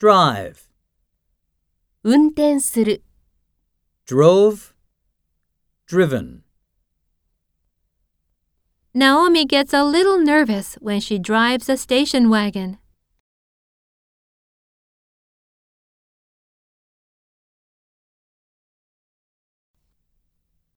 drive, 運転する、 drove, driven. Naomi gets a little nervous when she drives a station wagon.